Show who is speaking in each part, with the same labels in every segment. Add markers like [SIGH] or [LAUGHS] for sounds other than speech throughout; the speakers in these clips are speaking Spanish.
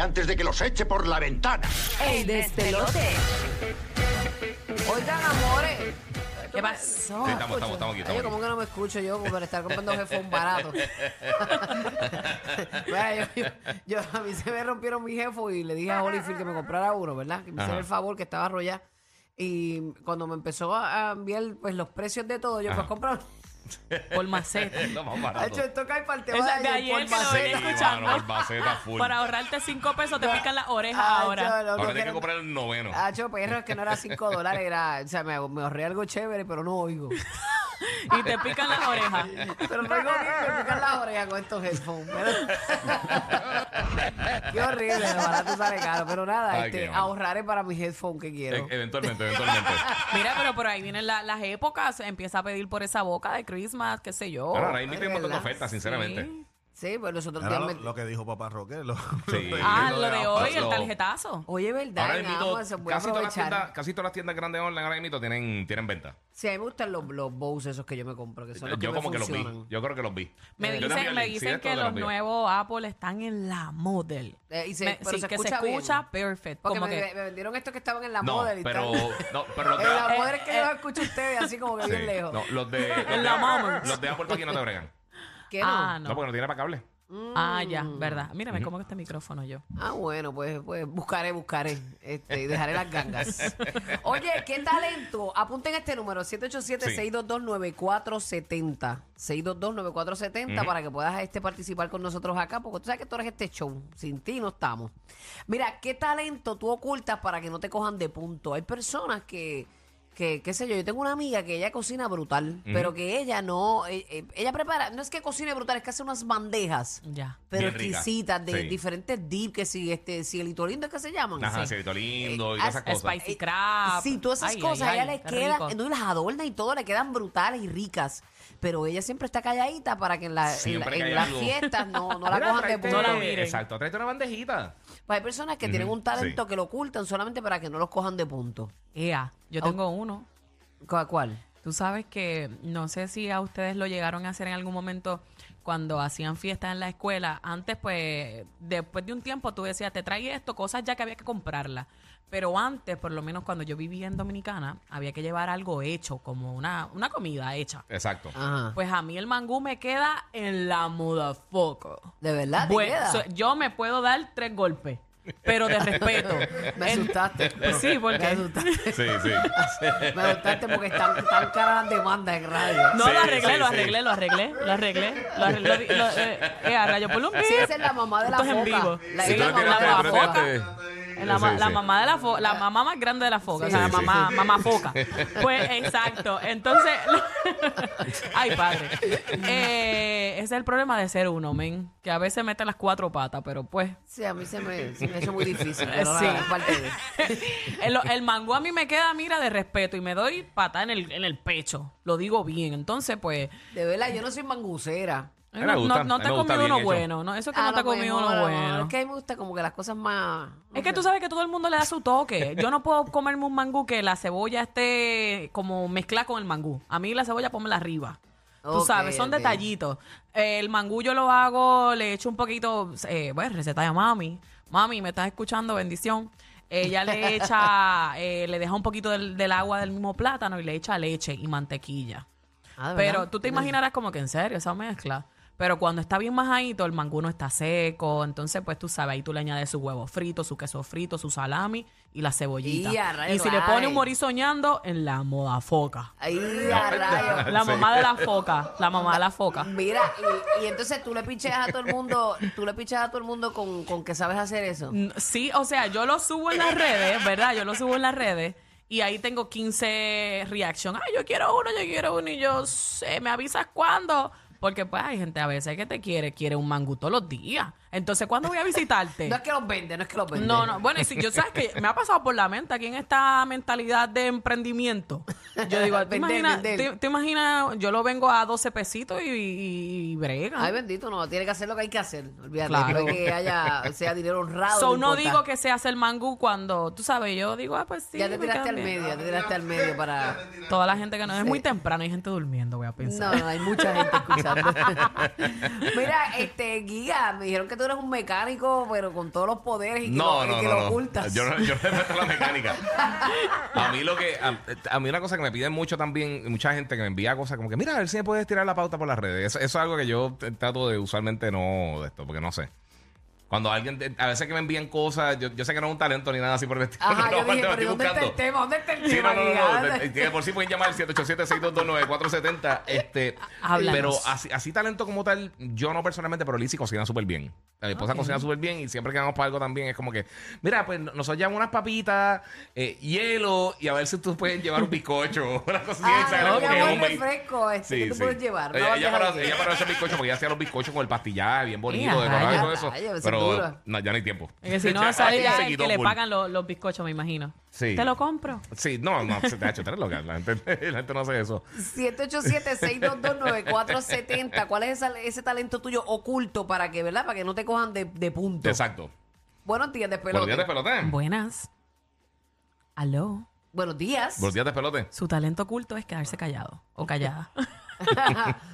Speaker 1: antes de que los eche por la ventana.
Speaker 2: ¡Ey, despelote! Oigan, amores. ¿Qué pasó?
Speaker 3: Sí, estamos, estamos, estamos
Speaker 2: Ay,
Speaker 3: aquí, estamos
Speaker 2: yo como que no me escucho yo por estar comprando jefón
Speaker 3: [LAUGHS]
Speaker 2: barato. Mira, yo, yo- yo- a mí se me rompieron mi jefo y le dije a Holyfield que me comprara uno, ¿verdad? Que me hiciera
Speaker 3: Ajá.
Speaker 2: el favor que estaba arrollado. Y cuando me empezó a a enviar pues, los precios de todo, yo pues comprar.
Speaker 4: Por
Speaker 3: [LAUGHS]
Speaker 4: maceta.
Speaker 3: aquí. Lo más
Speaker 2: Ha
Speaker 3: barato.
Speaker 2: hecho esto cae para el tema
Speaker 4: Esa
Speaker 2: ayer,
Speaker 4: de ayer que lo
Speaker 2: por
Speaker 4: venía
Speaker 2: maceta.
Speaker 3: Sí,
Speaker 4: escuchando.
Speaker 3: mano,
Speaker 4: [LAUGHS]
Speaker 3: Balmaceda full.
Speaker 4: Para ahorrarte cinco pesos te pican las orejas
Speaker 2: Ah,
Speaker 4: ahora.
Speaker 2: yo, no, no
Speaker 3: Ahora tienes que
Speaker 2: quiero-
Speaker 3: comprar el noveno.
Speaker 2: [LAUGHS]
Speaker 3: [LAUGHS]
Speaker 2: Hacho, perro, es que no era 5 dólares, era, o sea, me, me ahorré algo chévere, pero no oigo.
Speaker 4: Y te pican las orejas.
Speaker 2: Pero no oigo bien, me pican las orejas con estos headphones. pero- qué horrible, lo barato sale caro. Pero nada,
Speaker 3: Ay,
Speaker 2: este,
Speaker 3: qué mal.
Speaker 2: ahorraré para mis headphones que quiero.
Speaker 3: E- eventualmente, eventualmente.
Speaker 4: Mira, pero por ahí vienen la- las épocas. Empieza a pedir por esa boca de Christmas, qué sé yo.
Speaker 3: Ahora, ahí mismo hay un montón de
Speaker 2: Oh, ¿verdad?
Speaker 3: ofertas, sinceramente.
Speaker 4: Sí.
Speaker 2: Sí, pues los otros
Speaker 5: Era
Speaker 2: días
Speaker 5: lo,
Speaker 2: me...
Speaker 5: lo que dijo papá Roque. Lo, [LAUGHS]
Speaker 3: Sí.
Speaker 4: Ah,
Speaker 5: lo
Speaker 4: lo de hoy, el
Speaker 3: lo-
Speaker 4: tarjetazo.
Speaker 2: Oye, ¿verdad?
Speaker 3: Ahora
Speaker 2: en
Speaker 3: mismo,
Speaker 2: Amazon, voy a
Speaker 3: casi todas, las
Speaker 2: aprovechar.
Speaker 3: tiendas, casi todas las tiendas grandes online ahora mismo tienen, tienen venta.
Speaker 2: Sí, a mí me gustan los, los bows esos que yo me compro, que son los que
Speaker 3: Yo
Speaker 2: me
Speaker 3: como que los vi.
Speaker 2: funcionan.
Speaker 3: Yo creo que los vi.
Speaker 4: Me
Speaker 3: Eh, Yo te envío
Speaker 4: dicen,
Speaker 3: el
Speaker 4: me
Speaker 3: link, sí,
Speaker 4: dicen
Speaker 3: esto
Speaker 4: que
Speaker 3: te lo
Speaker 4: los
Speaker 3: envío.
Speaker 4: nuevos Apple están en la model.
Speaker 2: Eh, y se-
Speaker 4: Me-
Speaker 2: pero
Speaker 4: sí,
Speaker 2: se
Speaker 4: que
Speaker 2: escucha
Speaker 4: se
Speaker 2: bien.
Speaker 4: escucha perfect.
Speaker 2: Porque
Speaker 4: como
Speaker 2: me,
Speaker 4: que,
Speaker 2: me vendieron estos que estaban en la
Speaker 3: No,
Speaker 2: moda y
Speaker 3: pero,
Speaker 2: tal.
Speaker 3: no, pero los de,
Speaker 2: En la
Speaker 3: sí,
Speaker 2: moda es
Speaker 4: Eh,
Speaker 2: que yo los escucho a ustedes así como que bien lejos.
Speaker 3: no, los de, los
Speaker 4: En
Speaker 3: de-
Speaker 4: la mama.
Speaker 3: los de Apple aquí no te bregan.
Speaker 2: ¿Qué no? Mm.
Speaker 4: ah,
Speaker 2: Ah,
Speaker 3: No.
Speaker 4: [LAUGHS] no.
Speaker 3: porque no tiene para cable.
Speaker 4: Ah, ya, verdad. Mírame cómo que este micrófono yo.
Speaker 2: bueno, pues, pues buscaré, buscaré. Este, y dejaré las gangas. Oye, qué talento. Apunten este número, 787-622-9470. 622-9470 para que puedas este, participar con nosotros acá, porque tú sabes que tú eres este show. Sin ti no estamos. Mira, qué talento tú ocultas para que no te cojan de punto. Hay personas que... Que, qué sé yo, yo tengo una amiga que ella cocina brutal, pero que ella no, eh, eh, ella prepara, no es que cocine brutal, es que hace unas bandejas.
Speaker 4: Ya.
Speaker 2: pero
Speaker 3: Bien rica.
Speaker 2: exquisitas de
Speaker 3: Sí.
Speaker 2: diferentes dips que si este cielito lindo es que se llaman
Speaker 3: Ajá,
Speaker 2: Sí.
Speaker 3: cerito lindo
Speaker 2: Eh,
Speaker 3: y todas esas
Speaker 2: as-
Speaker 3: cosas.
Speaker 4: spicy crab.
Speaker 2: Sí, todas esas
Speaker 4: Ay,
Speaker 2: cosas
Speaker 4: ay,
Speaker 2: a ella
Speaker 4: ay,
Speaker 2: le
Speaker 4: qué
Speaker 2: quedan,
Speaker 4: rico.
Speaker 2: no, y las adorna y todo, le quedan brutales y ricas. Pero ella siempre está calladita para que en, la- en la-
Speaker 3: Siempre
Speaker 2: en
Speaker 3: que hay
Speaker 2: las
Speaker 3: algo.
Speaker 2: fiestas no,
Speaker 4: [LAUGHS]
Speaker 2: no la
Speaker 3: Mira,
Speaker 2: cojan de
Speaker 3: tráete-
Speaker 2: punto.
Speaker 4: No la miren.
Speaker 3: Exacto, tráete una bandejita.
Speaker 2: Pues hay personas que tienen
Speaker 3: Ujú,
Speaker 2: un talento
Speaker 3: sí.
Speaker 2: que lo ocultan solamente para que no los cojan de punto.
Speaker 4: Ea, yo tengo uno.
Speaker 2: ¿Cu- ¿Cuál?
Speaker 4: Tú sabes que no sé si a ustedes lo llegaron a hacer en algún momento cuando hacían fiestas en la escuela. Antes, pues, después de un tiempo tú decías, te trae esto, cosas ya que había que comprarlas. Pero antes, por lo menos cuando yo vivía en Dominicana, había que llevar algo hecho, como una, una comida hecha.
Speaker 3: Exacto.
Speaker 2: Ajá.
Speaker 4: Pues a mí el mangú me queda en la modafoco.
Speaker 2: ¿De verdad? te
Speaker 4: Bueno,
Speaker 2: queda?
Speaker 4: so- yo me puedo dar tres golpes,
Speaker 2: [LAUGHS]
Speaker 4: pero de [LAUGHS] respeto.
Speaker 2: me
Speaker 4: En-
Speaker 2: asustaste.
Speaker 4: Pues [LAUGHS] sí, porque-
Speaker 2: Me asustaste.
Speaker 3: Sí, sí.
Speaker 2: [LAUGHS] Me asustaste porque están, están caras las demandas en radio.
Speaker 4: No,
Speaker 3: Sí,
Speaker 4: lo, arreglé,
Speaker 3: sí,
Speaker 4: lo
Speaker 3: sí.
Speaker 4: arreglé, lo arreglé, lo arreglé, lo arreglé, lo arreglé. rayo por un
Speaker 2: Sí,
Speaker 4: pip.
Speaker 2: esa es la mamá de la
Speaker 4: Esto es en
Speaker 2: foca.
Speaker 4: vivo.
Speaker 2: La,
Speaker 4: Sí,
Speaker 2: la
Speaker 4: tú lo
Speaker 2: mamá de la
Speaker 4: tiraste, tú lo
Speaker 2: foca.
Speaker 4: tiraste. La, ma-
Speaker 3: Sí,
Speaker 4: la
Speaker 3: sí.
Speaker 4: mamá de la foca, la mamá más grande de la foca, o sea,
Speaker 3: Sí,
Speaker 4: la
Speaker 3: sí.
Speaker 4: mamá, mamá foca. Pues exacto,
Speaker 3: [LAUGHS]
Speaker 4: entonces, ay padre, Eh, ese es el problema de ser uno, men, que a veces mete las cuatro patas, pero pues [LAUGHS]
Speaker 2: Sí, a mí se me, se me ha hecho muy difícil.
Speaker 4: Eh,
Speaker 2: Pero
Speaker 4: sí.
Speaker 2: nada, es parte de-
Speaker 4: el, el mango a mí me queda, mira, de respeto y me doy pata en el, en el pecho, lo digo bien, entonces pues...
Speaker 2: De verdad, yo no soy mangucera.
Speaker 3: A mí
Speaker 4: No,
Speaker 3: me gusta,
Speaker 4: no- no
Speaker 3: a mí
Speaker 4: te has
Speaker 3: me gusta
Speaker 4: comido
Speaker 3: bien
Speaker 4: uno
Speaker 3: hecho.
Speaker 4: bueno, no, eso es que Ah, no
Speaker 2: A
Speaker 4: te has
Speaker 2: lo
Speaker 4: comido
Speaker 2: mejor,
Speaker 4: uno
Speaker 2: a lo mejor.
Speaker 4: bueno.
Speaker 2: Es que a mí me gusta como que las cosas más...
Speaker 4: Es que tú sabes que todo el mundo le da
Speaker 3: [LAUGHS]
Speaker 4: su toque. Yo no puedo comerme un mangú que la cebolla esté como mezclada con el mangú. A mí la cebolla ponmela arriba. Tú
Speaker 2: Ok,
Speaker 4: sabes, son
Speaker 2: ok.
Speaker 4: detallitos. El mangú yo lo hago, le echo un poquito, eh, bueno, receta de mami. Mami, me estás escuchando, bendición. Ella [LAUGHS] le echa, eh, le deja un poquito del, del agua del mismo plátano y le echa leche y mantequilla.
Speaker 2: Ah, ¿de verdad?
Speaker 4: Pero tú te imaginarás como que en serio esa mezcla. Pero cuando está bien majadito, el mangú no está seco. Entonces, pues tú sabes, ahí tú le añades su huevo frito, su queso frito, su salami y la cebollita.
Speaker 2: Y a rayos,
Speaker 4: si le pone un
Speaker 2: ay.
Speaker 4: morí soñando, en la
Speaker 2: [LAUGHS]
Speaker 4: moda foca.
Speaker 2: Ahí, a rayos.
Speaker 4: La mamá de la foca. La mamá de la foca.
Speaker 2: Mira, y, y entonces tú le picheas a todo el mundo, tú le picheas a todo el mundo con, con que sabes hacer eso.
Speaker 4: Mm, Sí, o sea, yo lo subo en las redes, ¿verdad? Yo lo subo en las redes y ahí tengo 15 reacción. Ay, yo quiero uno, yo quiero uno y yo sé, ¿me avisas cuándo? Porque pues hay gente a veces que te quiere, quiere un mangú todos los días. Entonces, ¿cuándo voy a
Speaker 2: [LAUGHS]
Speaker 4: visitarte?
Speaker 2: No es que los vende, no es que los vende.
Speaker 4: No, no, bueno, y si yo sabes que me ha pasado por la mente aquí en esta mentalidad de emprendimiento.
Speaker 2: [LAUGHS]
Speaker 4: Yo digo, ¿te
Speaker 2: Vender,
Speaker 4: imaginas?
Speaker 2: vender.
Speaker 4: te- te imaginas? Yo lo vengo a 12 pesitos y, y- y brega.
Speaker 2: Ay, bendito, no, tiene que hacer lo que hay que hacer. Olvídate,
Speaker 4: Claro.
Speaker 2: no es que haya, sea dinero honrado.
Speaker 4: So, no
Speaker 2: importa.
Speaker 4: digo que se hace el mangú cuando, tú sabes, yo digo, ah, pues sí.
Speaker 2: ya te
Speaker 4: me
Speaker 2: tiraste al
Speaker 4: quedan bien. pues.
Speaker 2: medio, ya te tiraste al medio para...
Speaker 4: Toda la gente que no es
Speaker 2: Sí.
Speaker 4: muy temprano, hay gente durmiendo, voy a pensar.
Speaker 2: No, no, hay mucha gente escuchando. Mira, este, Guía, me dijeron que tú tú eres un mecánico, pero con todos los poderes y que
Speaker 3: No,
Speaker 2: lo, y
Speaker 3: no,
Speaker 2: que
Speaker 3: no,
Speaker 2: lo
Speaker 3: no.
Speaker 2: ocultas.
Speaker 3: Yo no, yo no le meto la mecánica. A mí lo que a, a mí una cosa que me piden mucho también mucha gente que me envía cosas como que mira a ver si me puedes tirar la pauta por las redes. Eso, eso es algo que yo t- trato de usualmente no de esto porque no sé. Cuando alguien te- a veces que me envían cosas, yo, yo sé que no es un talento ni nada así por el estilo. [LAUGHS]
Speaker 2: Ajá,
Speaker 3: no,
Speaker 2: yo dije,
Speaker 3: lo
Speaker 2: pero ¿y
Speaker 3: estoy
Speaker 2: ¿dónde está este el
Speaker 3: buscando.
Speaker 2: tema? ¿Dónde está el
Speaker 3: Sí,
Speaker 2: tema?
Speaker 3: no, no, no,
Speaker 2: aquí?
Speaker 3: no. De-
Speaker 2: [LAUGHS]
Speaker 3: de- Por si pueden llamar al 787-622-9470. Este,
Speaker 4: Háblanos.
Speaker 3: pero así, así talento como tal, yo no personalmente, pero Lizzy cocina súper bien. La esposa cocina súper bien y siempre que vamos para algo también es como que, mira, pues nosotros llevamos unas papitas, eh, hielo y a ver si tú puedes llevar un bizcocho. Una cosa así
Speaker 2: Ah, no,
Speaker 3: exagerada, como
Speaker 2: mi
Speaker 3: que
Speaker 2: amor,
Speaker 3: un maíz.
Speaker 2: refresco, este, ¿qué tú puedes llevar? Una
Speaker 3: Ella, ella
Speaker 2: bandeja
Speaker 3: para,
Speaker 2: de-
Speaker 3: ella para hacer bizcocho, porque ella hacía los bizcochos con el pastillaje bien bonito,
Speaker 4: Ella,
Speaker 3: decorado y todo
Speaker 2: rayos,
Speaker 3: eso.
Speaker 2: rayos, eso es
Speaker 3: pero
Speaker 2: duro.
Speaker 3: no, ya no hay tiempo.
Speaker 4: Porque
Speaker 3: [LAUGHS]
Speaker 4: si no,
Speaker 3: Ya
Speaker 4: sale ya
Speaker 3: se
Speaker 4: el
Speaker 3: quitó
Speaker 4: que le
Speaker 3: full.
Speaker 4: pagan lo- los bizcochos, me imagino.
Speaker 3: Sí.
Speaker 4: Te lo compro.
Speaker 3: Sí, no, no, se te ha hecho tres locas. La gente, [LAUGHS] la gente no hace eso.
Speaker 2: 787-622-9470. ¿Cuál es esa- ese talento tuyo oculto para que, ¿verdad? Para que no te cojan de, de punto.
Speaker 3: Exacto.
Speaker 2: Buenos días,
Speaker 3: Buenos días,
Speaker 2: despelote.
Speaker 3: despelote.
Speaker 4: Buenas. Aló.
Speaker 2: Buenos días.
Speaker 3: Buenos días, despelote.
Speaker 4: Su talento oculto es quedarse callado
Speaker 2: [LAUGHS]
Speaker 4: o callada.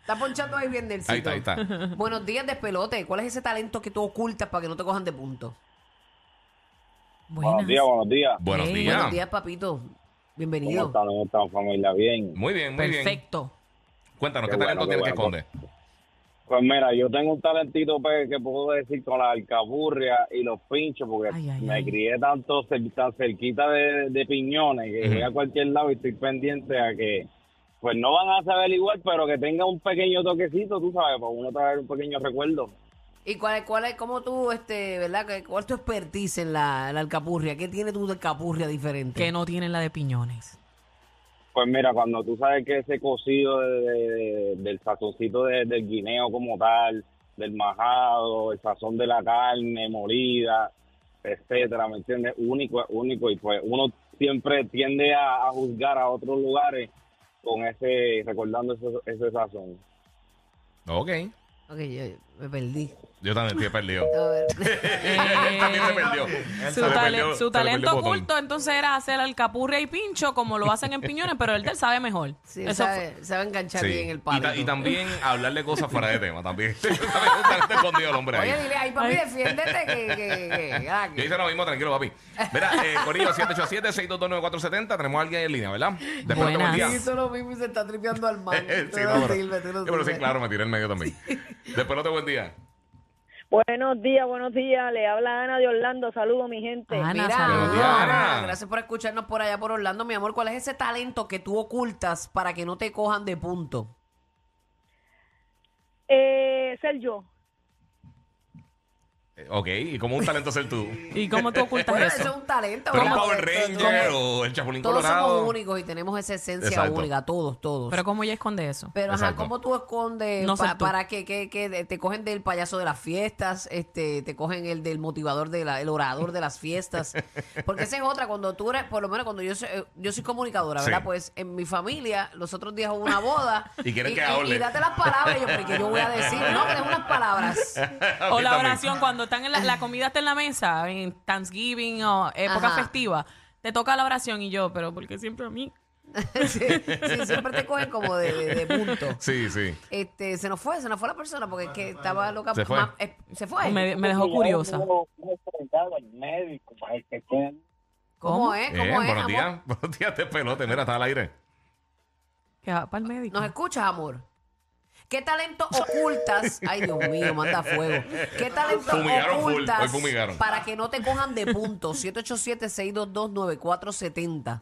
Speaker 2: está ponchando ahí bien del sitio.
Speaker 3: Ahí está, ahí
Speaker 2: [LAUGHS]
Speaker 3: está.
Speaker 2: Buenos días, despelote. ¿Cuál es ese talento que tú ocultas para que no te cojan de punto?
Speaker 4: Buenas.
Speaker 5: Buenos días, buenos días.
Speaker 3: Buenos
Speaker 4: Hey.
Speaker 3: días.
Speaker 2: Buenos días, papito.
Speaker 5: ¿Cómo
Speaker 2: Bienvenido.
Speaker 5: están? ¿Cómo están, familia? Bien.
Speaker 3: Muy bien, muy bien.
Speaker 4: Perfecto.
Speaker 3: Cuéntanos,
Speaker 5: Qué
Speaker 3: ¿qué talento
Speaker 5: bueno,
Speaker 3: tienes
Speaker 5: qué bueno.
Speaker 3: que esconde?
Speaker 5: Pues mira, yo tengo un talentito pues, que puedo decir con la alcaburria y los pinchos, porque
Speaker 4: Ay, ay,
Speaker 5: me
Speaker 4: ay.
Speaker 5: crié tanto cer- tan cerquita de, de piñones que
Speaker 3: Ujú.
Speaker 5: voy a cualquier lado y estoy pendiente a que, pues no van a saber igual, pero que tenga un pequeño toquecito, tú sabes, para uno traer un pequeño recuerdo.
Speaker 2: ¿Y cuál, cuál es, cómo tú, este, verdad? que- ¿Cuál es tu expertise en la, en la alcapurria? ¿Qué tiene tu alcapurria diferente?
Speaker 4: Que no tienen la de piñones.
Speaker 5: Pues mira, cuando tú sabes que ese cocido de- de- del sazoncito de- del guineo como tal, del majado, el sazón de la carne molida, etcétera, ¿me entiendes? Único, único y pues uno siempre tiende a, a juzgar a otros lugares con ese, recordando ese, ese sazón.
Speaker 3: Ok.
Speaker 2: Ok, yo, yo me perdí.
Speaker 3: Yo también estoy perdido.
Speaker 2: A ver.
Speaker 3: [LAUGHS]
Speaker 2: [LAUGHS]
Speaker 3: Él también se perdió. Él
Speaker 4: Su,
Speaker 3: se le
Speaker 4: tale-
Speaker 3: perdió-
Speaker 4: su
Speaker 3: se le perdió
Speaker 4: talento
Speaker 3: el botón.
Speaker 4: oculto entonces era hacer alcapurria y pincho como lo hacen en piñones, pero él del sabe mejor.
Speaker 2: Sí,
Speaker 4: Eso fue-
Speaker 2: sabe, sabe enganchar
Speaker 3: Sí.
Speaker 2: bien el
Speaker 3: Y,
Speaker 2: palo.
Speaker 3: ta- y también hablarle cosas fuera de tema también. [LAUGHS] También un talento escondido el hombre ahí.
Speaker 2: Oye, dile ahí, papi, defiéndete que...
Speaker 3: [LAUGHS]
Speaker 2: que, que- ah,
Speaker 3: Yo
Speaker 2: que-
Speaker 3: hice lo mismo, tranquilo, papi. Mira, eh, Corillo 787-622-9470. Tenemos a alguien en línea, ¿verdad? Despelote, buen
Speaker 4: Buenas.
Speaker 3: día.
Speaker 2: hizo lo mismo y se está tripeando al man.
Speaker 3: [LAUGHS] Sí,
Speaker 2: Tú no
Speaker 3: no, pero-
Speaker 2: sirves, tú no
Speaker 3: Sí, pero sí,
Speaker 2: sirves.
Speaker 3: claro, me tiré en medio también. Despelote, buen día.
Speaker 6: Buenos días, buenos días. Le habla Ana de Orlando. Saludos, mi gente.
Speaker 4: Ana,
Speaker 2: Mira,
Speaker 4: saludos.
Speaker 3: Buenos días, Ana.
Speaker 2: Ana, gracias por escucharnos por allá por Orlando, mi amor. ¿Cuál es ese talento que tú ocultas para que no te cojan de punto?
Speaker 6: Eh, ser yo.
Speaker 3: Eh, Ok, y como un talento ser tú.
Speaker 4: ¿Y cómo tú ocultas
Speaker 2: Bueno,
Speaker 4: Pues eso?
Speaker 2: Pues eso es un talento.
Speaker 3: Pero un
Speaker 2: ¿verdad?
Speaker 3: Power
Speaker 2: Porque
Speaker 3: Ranger
Speaker 2: todos-
Speaker 3: o el Chapulín
Speaker 2: Todos
Speaker 3: Colorado.
Speaker 2: somos
Speaker 3: [LAUGHS]
Speaker 2: únicos y tenemos esa esencia
Speaker 3: Exacto.
Speaker 2: única, todos, todos.
Speaker 4: Pero ¿cómo ella esconde eso?
Speaker 2: Pero, ajá,
Speaker 3: Exacto.
Speaker 2: ¿cómo tú escondes
Speaker 4: No
Speaker 2: pa-
Speaker 4: ser tú.
Speaker 2: para que, que- que de- te cogen del payaso de las fiestas, este, te cogen el del motivador, de la, el orador de las
Speaker 3: [LAUGHS]
Speaker 2: fiestas? Porque esa es otra, cuando tú eres, por lo menos cuando yo soy, eh, yo soy comunicadora, ¿verdad?
Speaker 3: Sí.
Speaker 2: Pues en mi familia, los otros días hubo una boda.
Speaker 3: [LAUGHS] Y quieren que hable.
Speaker 2: Y, date las palabras, y yo, pero ¿y ¿qué yo voy a decir? No, que tengo unas
Speaker 3: [LAUGHS]
Speaker 2: palabras. [LAUGHS]
Speaker 4: O
Speaker 3: Aquí
Speaker 4: la
Speaker 3: Ah, también.
Speaker 4: oración, cuando están en la, la comida está en la mesa, en Thanksgiving o época
Speaker 2: Ajá.
Speaker 4: festiva, te toca la oración y yo, pero porque siempre a mí?
Speaker 2: sí, sí, siempre te cogen como de, de- de punto.
Speaker 3: Sí, sí.
Speaker 2: Este, se nos fue, se nos fue la persona porque es que estaba loca.
Speaker 3: Se fue.
Speaker 2: Ma- eh, se fue.
Speaker 4: Me, me dejó curiosa.
Speaker 2: ¿Cómo es? ¿Cómo
Speaker 3: Eh,
Speaker 2: es,
Speaker 3: buenos
Speaker 2: amor?
Speaker 3: días. Buenos días, despelote. Mira, está al aire.
Speaker 4: Que va para el médico.
Speaker 2: ¿Nos escuchas, amor? ¿Qué talento
Speaker 3: [LAUGHS]
Speaker 2: ocultas? Ay, Dios mío, manda fuego. ¿Qué talento
Speaker 3: Fumigaron full, hoy
Speaker 2: ocultas
Speaker 3: fumigaron.
Speaker 2: para que no te cojan de punto? 787-622-9470.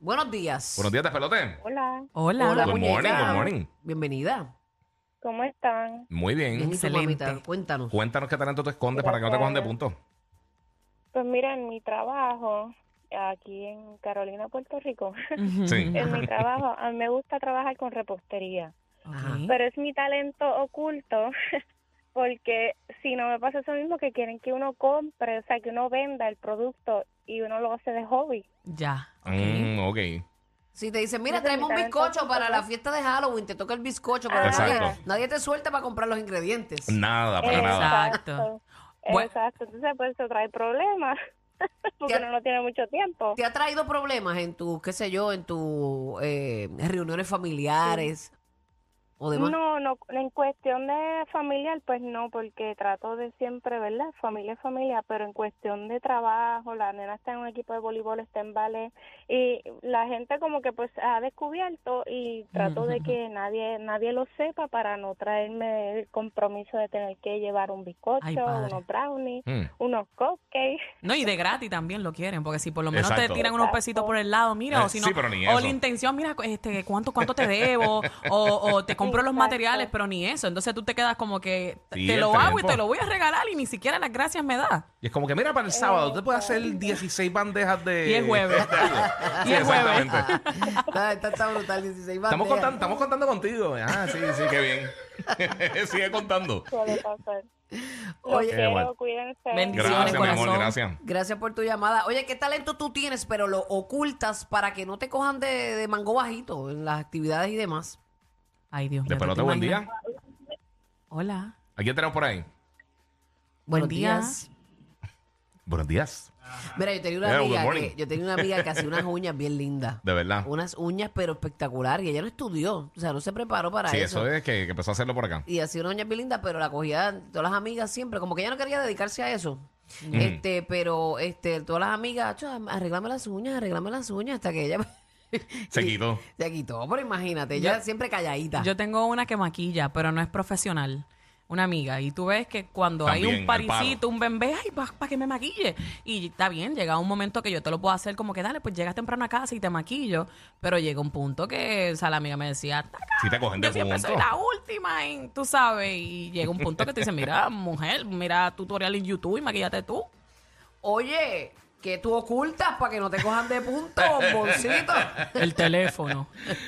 Speaker 2: Buenos días.
Speaker 3: Buenos días, despelote.
Speaker 6: Hola,
Speaker 4: Hola.
Speaker 2: Hola,
Speaker 3: Good
Speaker 2: muñeca.
Speaker 3: morning, good morning.
Speaker 2: Bienvenida.
Speaker 6: ¿cómo están?
Speaker 3: Muy bien.
Speaker 2: Bien, ¿y tú,
Speaker 4: Excelente.
Speaker 2: mamita? Cuéntanos.
Speaker 3: Cuéntanos qué talento tú escondes para que no te cojan de punto.
Speaker 6: Pues mira, en mi trabajo, aquí en Carolina, Puerto Rico, [LAUGHS]
Speaker 4: Ujú.
Speaker 3: Sí.
Speaker 6: en mi trabajo, a mí me gusta trabajar con repostería,
Speaker 4: Ok.
Speaker 2: Ajá.
Speaker 6: pero es mi talento oculto. [LAUGHS] Porque si no me pasa eso mismo que quieren que uno compre, o sea, que uno venda el producto y uno lo hace de hobby.
Speaker 4: Ya. ok.
Speaker 3: Mm, ok.
Speaker 2: Si te dicen, mira,
Speaker 6: Ese es
Speaker 2: tráeme
Speaker 6: mi
Speaker 2: un
Speaker 6: talento
Speaker 2: bizcocho para
Speaker 6: oculto.
Speaker 2: la fiesta de Halloween, te toca el bizcocho, pero
Speaker 3: Exacto.
Speaker 2: nadie, nadie te suelta para comprar los ingredientes.
Speaker 3: Nada, para nada.
Speaker 6: Exacto.
Speaker 4: Bueno.
Speaker 6: Exacto. Entonces, pues eso trae problemas. [LAUGHS] Porque
Speaker 2: Ya-
Speaker 6: uno no tiene mucho tiempo.
Speaker 2: ¿Te ha traído problemas en tu, qué sé yo, en tus reuniones eh, familiares? o demás?
Speaker 6: No, no, en cuestión de familiar, pues no, porque trato de siempre, ¿verdad? Familia es familia, pero en cuestión de trabajo, la nena está en un equipo de voleibol, está en ballet, y la gente como que pues ha descubierto y trato de
Speaker 4: [LAUGHS]
Speaker 6: que nadie nadie lo sepa para no traerme el compromiso de tener que llevar un bizcocho,
Speaker 4: Ay, padre.
Speaker 6: unos brownies,
Speaker 3: Mm.
Speaker 6: unos cupcakes. [LAUGHS]
Speaker 4: No, y de gratis también lo quieren, porque si por lo menos
Speaker 3: Exacto.
Speaker 4: te tiran unos pesitos por el lado, mira,
Speaker 3: Eh,
Speaker 4: o si no,
Speaker 3: sí, pero ni
Speaker 4: o
Speaker 3: eso.
Speaker 4: la intención, mira, cu- este, cuánto, cuánto te debo, o, o te compro los
Speaker 6: Exacto.
Speaker 4: materiales, pero ni eso. Entonces tú te quedas como que t-
Speaker 3: Sí,
Speaker 4: te
Speaker 3: el
Speaker 4: lo hago y
Speaker 3: tiempo.
Speaker 4: te lo voy a regalar y ni siquiera las gracias me da.
Speaker 3: Y es como que, mira, para el sábado usted puede hacer 16 bandejas de.
Speaker 4: Y es jueves.
Speaker 3: [LAUGHS] de algo.
Speaker 2: [LAUGHS]
Speaker 4: Y
Speaker 3: Sí,
Speaker 4: es jueves.
Speaker 3: exactamente.
Speaker 2: Ah, está, está brutal, 16
Speaker 3: Estamos
Speaker 2: bandejas.
Speaker 3: contando, estamos contando contigo. Ah, sí, sí, qué bien. [LAUGHS] Sigue contando.
Speaker 6: Suele pasar. Los
Speaker 2: Oye,
Speaker 6: quiero,
Speaker 3: bueno.
Speaker 6: cuídense.
Speaker 4: Bendiciones,
Speaker 3: Gracias, mi amor,
Speaker 4: corazón.
Speaker 3: gracias.
Speaker 2: Gracias por tu llamada. Oye, ¿qué talento tú tienes, pero lo ocultas para que no te cojan de, de mango bajito en las actividades y demás?
Speaker 4: Ay, Dios mío.
Speaker 3: De pelota, buen día.
Speaker 4: Hola.
Speaker 3: ¿A quién tenemos por ahí?
Speaker 2: Buenos
Speaker 4: Buen día.
Speaker 2: días.
Speaker 3: Buenos días.
Speaker 2: Mira, yo tenía una
Speaker 3: Hello, good
Speaker 2: amiga
Speaker 3: morning.
Speaker 2: que, yo tenía una amiga que hacía
Speaker 3: [LAUGHS]
Speaker 2: unas uñas bien lindas.
Speaker 3: De verdad.
Speaker 2: Unas uñas, pero espectacular. Y ella no estudió, o sea, no se preparó para
Speaker 3: Sí,
Speaker 2: eso.
Speaker 3: eso es que, que empezó a hacerlo por acá.
Speaker 2: Y hacía unas uñas bien lindas, pero la cogía todas las amigas siempre. Como que ella no quería dedicarse a eso. Este, pero este, todas las amigas, "Chua, arreglame las uñas, arreglame las uñas, hasta que ella [LAUGHS]
Speaker 3: Se quitó.
Speaker 2: se quitó. Pero imagínate, ella siempre calladita.
Speaker 4: Yo tengo una que maquilla, pero no es profesional. Una amiga. Y tú ves que cuando hay
Speaker 3: También,
Speaker 4: un
Speaker 3: al
Speaker 4: parisito, un bembé, ay, para que me maquille. Y está bien, llega un momento que yo te lo puedo hacer como que, dale, pues llegas temprano a casa y te maquillo. Pero llega un punto que, o sea, la amiga me decía, "Taca,
Speaker 3: Si te cogen de
Speaker 4: yo siempre
Speaker 3: punto.
Speaker 4: soy la última, en, tú sabes. Y llega un punto que te dicen, mira, mujer, mira tutorial en YouTube y maquillate tú.
Speaker 2: Oye, que tú ocultas para que no te cojan de punto, bomboncito.
Speaker 4: El [LAUGHS] teléfono.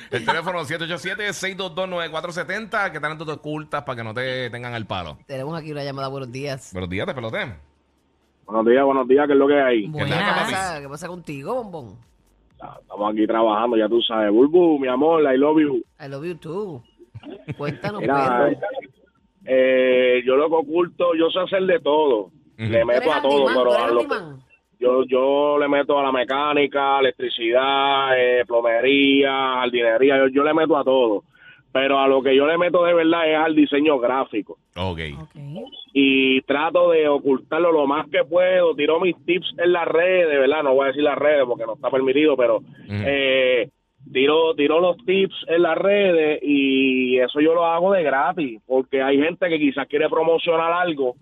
Speaker 3: El teléfono 787-622-9470. Que tanto te ocultas para que no te tengan al palo.
Speaker 2: Tenemos aquí una llamada, buenos días.
Speaker 3: Buenos días, te peloté.
Speaker 5: Buenos días, buenos días, ¿qué es lo que hay?
Speaker 3: tal,
Speaker 2: ¿Qué
Speaker 3: Ah,
Speaker 4: Buenas.
Speaker 3: papi?
Speaker 2: pasa, ¿Qué pasa contigo, bombón?
Speaker 5: Estamos aquí trabajando, ya tú sabes. Bulbu, mi amor, I love you.
Speaker 2: I love you too. Cuéntanos,
Speaker 5: Mira,
Speaker 2: Pedro.
Speaker 5: eh, yo lo que oculto, yo sé hacer de todo. Le
Speaker 2: ¿Tú eres
Speaker 5: meto a todo,
Speaker 2: antimán?
Speaker 5: pero
Speaker 2: ¿Tú
Speaker 5: a
Speaker 2: eres
Speaker 5: lo-
Speaker 2: antimán?
Speaker 5: yo, yo le meto a la mecánica, electricidad, eh, plomería, jardinería, yo, yo le meto a todo. Pero a lo que yo le meto de verdad es al diseño gráfico.
Speaker 3: Ok.
Speaker 4: Ok.
Speaker 5: Y trato de ocultarlo lo más que puedo. Tiro mis tips en las redes, ¿verdad? No voy a decir las redes porque no está permitido, pero eh, tiro, tiro los tips en las redes y eso yo lo hago de gratis, porque hay gente que quizás quiere promocionar algo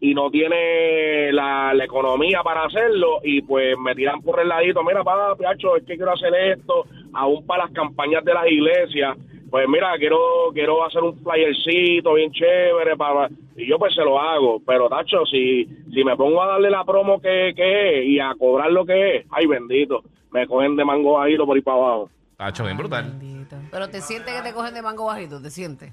Speaker 5: y no tiene la, la economía para hacerlo y pues me tiran por el ladito, mira, papi, hacho, es que quiero hacer esto, aún para las campañas de las iglesias, pues mira, quiero quiero hacer un flyercito bien chévere para y yo pues se lo hago, pero tacho, si si me pongo a darle la promo que, que es y a cobrar lo que es, ay bendito, me cogen de mango ahí por ahí para abajo.
Speaker 3: Ha hecho Ah, bien
Speaker 4: Ah,
Speaker 3: brutal.
Speaker 4: Bendito.
Speaker 2: Pero te sientes que te cogen de mango bajito, te
Speaker 3: [LAUGHS]
Speaker 2: sientes.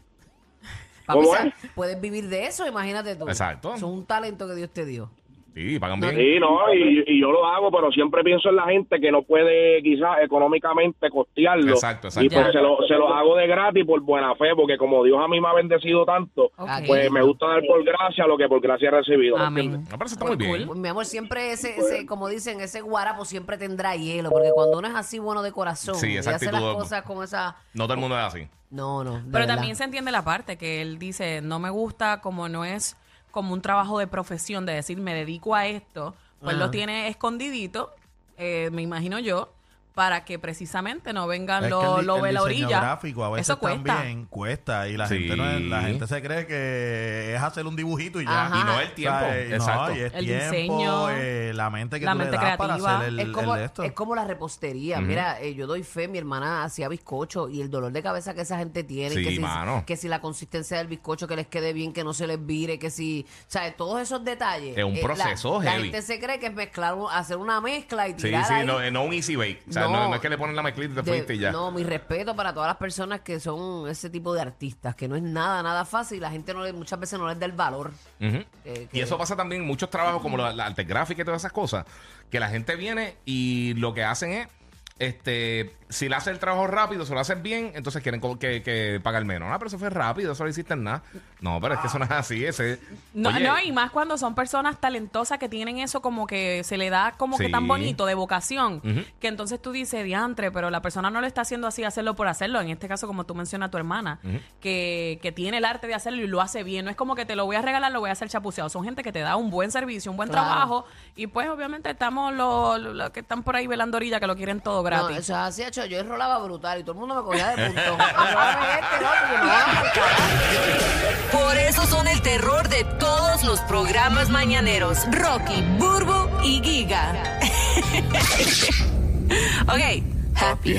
Speaker 2: Papi,
Speaker 5: ¿Cómo
Speaker 2: ¿sabes? puedes vivir de eso, imagínate tú.
Speaker 3: Exacto.
Speaker 2: Eso es un talento que Dios te dio.
Speaker 3: Sí, pagan bien.
Speaker 2: eh,
Speaker 5: Sí, no, y, y yo lo hago, pero siempre pienso en la gente que no puede quizás económicamente costearlo.
Speaker 3: Exacto, exacto.
Speaker 5: Y pues se lo, se lo hago de gratis por buena fe, porque como Dios a mí me ha bendecido tanto,
Speaker 4: Ok.
Speaker 5: pues me gusta dar por gracia lo que por gracia he recibido. ¿me entiendes?
Speaker 4: Amén.
Speaker 3: Me parece está muy bien.
Speaker 2: Pues, mi amor, siempre ese, ese, como dicen, ese guarapo siempre tendrá hielo, porque cuando uno es así bueno de corazón
Speaker 3: Sí,
Speaker 2: y
Speaker 3: esa
Speaker 2: hace las
Speaker 3: actitud-
Speaker 2: cosas con esa...
Speaker 3: No todo el mundo es así.
Speaker 2: No, no. de
Speaker 4: Pero
Speaker 2: verdad.
Speaker 4: también se entiende la parte que él dice, no me gusta como no es como un trabajo de profesión, de decir, me dedico a esto, pues
Speaker 2: Ajá.
Speaker 4: lo tiene escondidito, eh, me imagino yo, para que precisamente no vengan
Speaker 7: Es que
Speaker 4: los
Speaker 7: el di-
Speaker 4: lo
Speaker 7: el
Speaker 4: de la
Speaker 7: diseño
Speaker 4: orilla.
Speaker 7: gráfico a veces
Speaker 4: Eso cuesta.
Speaker 7: también cuesta y la,
Speaker 3: Sí.
Speaker 7: gente no es- la gente se cree que es hacer un dibujito y ya.
Speaker 2: Ajá.
Speaker 3: Y no el tiempo.
Speaker 7: O sea, eh, no,
Speaker 3: Exacto.
Speaker 7: y es
Speaker 4: El
Speaker 7: tiempo,
Speaker 4: diseño,
Speaker 7: eh, la mente que
Speaker 4: la
Speaker 7: tú
Speaker 4: mente
Speaker 7: le das
Speaker 4: creativa.
Speaker 7: para hacer el,
Speaker 2: es como,
Speaker 7: el esto.
Speaker 2: es como la repostería. Mira, eh, yo doy fe, mi hermana hacía bizcocho y el dolor de cabeza que esa gente tiene,
Speaker 3: Sí,
Speaker 2: que, si,
Speaker 3: mano.
Speaker 2: que si la consistencia del bizcocho que les quede bien, que no se les vire, que si, o sea, todos esos detalles.
Speaker 3: Es un
Speaker 2: la-
Speaker 3: proceso
Speaker 2: la,
Speaker 3: heavy.
Speaker 2: gente se cree que es mezclar, un- hacer una mezcla y
Speaker 3: Sí,
Speaker 2: tirar
Speaker 3: sí,
Speaker 2: ahí.
Speaker 3: no, eh, no un easy bake. O sea, no,
Speaker 2: No.
Speaker 3: no es que le ponen la mezclita y te
Speaker 2: De-
Speaker 3: fuiste y ya.
Speaker 2: No, mi respeto para todas las personas que son ese tipo de artistas, que no es nada, nada fácil. La gente no le, muchas veces no les da el valor.
Speaker 3: Ujú.
Speaker 2: que- que-
Speaker 3: Y eso pasa también en muchos trabajos como la, la arte gráfica y todas esas cosas, que la gente viene y lo que hacen es Este, si le haces el trabajo rápido, si lo haces bien, entonces quieren co- que, que pagar menos. Ah, pero eso fue rápido, eso no hiciste nada. No, pero es que eso no es así. Ese,
Speaker 4: No,
Speaker 3: Oye,
Speaker 4: no, y más cuando son personas talentosas que tienen eso como que se le da como que
Speaker 3: Sí.
Speaker 4: tan bonito de vocación,
Speaker 3: Ujú.
Speaker 4: que entonces tú dices, diantre, pero la persona no lo está haciendo así, hacerlo por hacerlo. En este caso, como tú mencionas a tu hermana, que, que tiene el arte de hacerlo y lo hace bien. No es como que te lo voy a regalar, lo voy a hacer chapuceado. Son gente que te da un buen servicio, un buen
Speaker 2: Claro.
Speaker 4: trabajo. Y pues obviamente estamos los, los- los que están por ahí velando orilla, que lo quieren todo
Speaker 2: No,
Speaker 4: gratis.
Speaker 2: eso es así, hecho. Yo enrolaba brutal y todo el mundo me cogía de punto. Yo, "Dame este, no, porque me van a marcar".
Speaker 8: Por eso son el terror de todos los programas mañaneros. Rocky, Burbu y Giga. [LAUGHS] ok. Happy,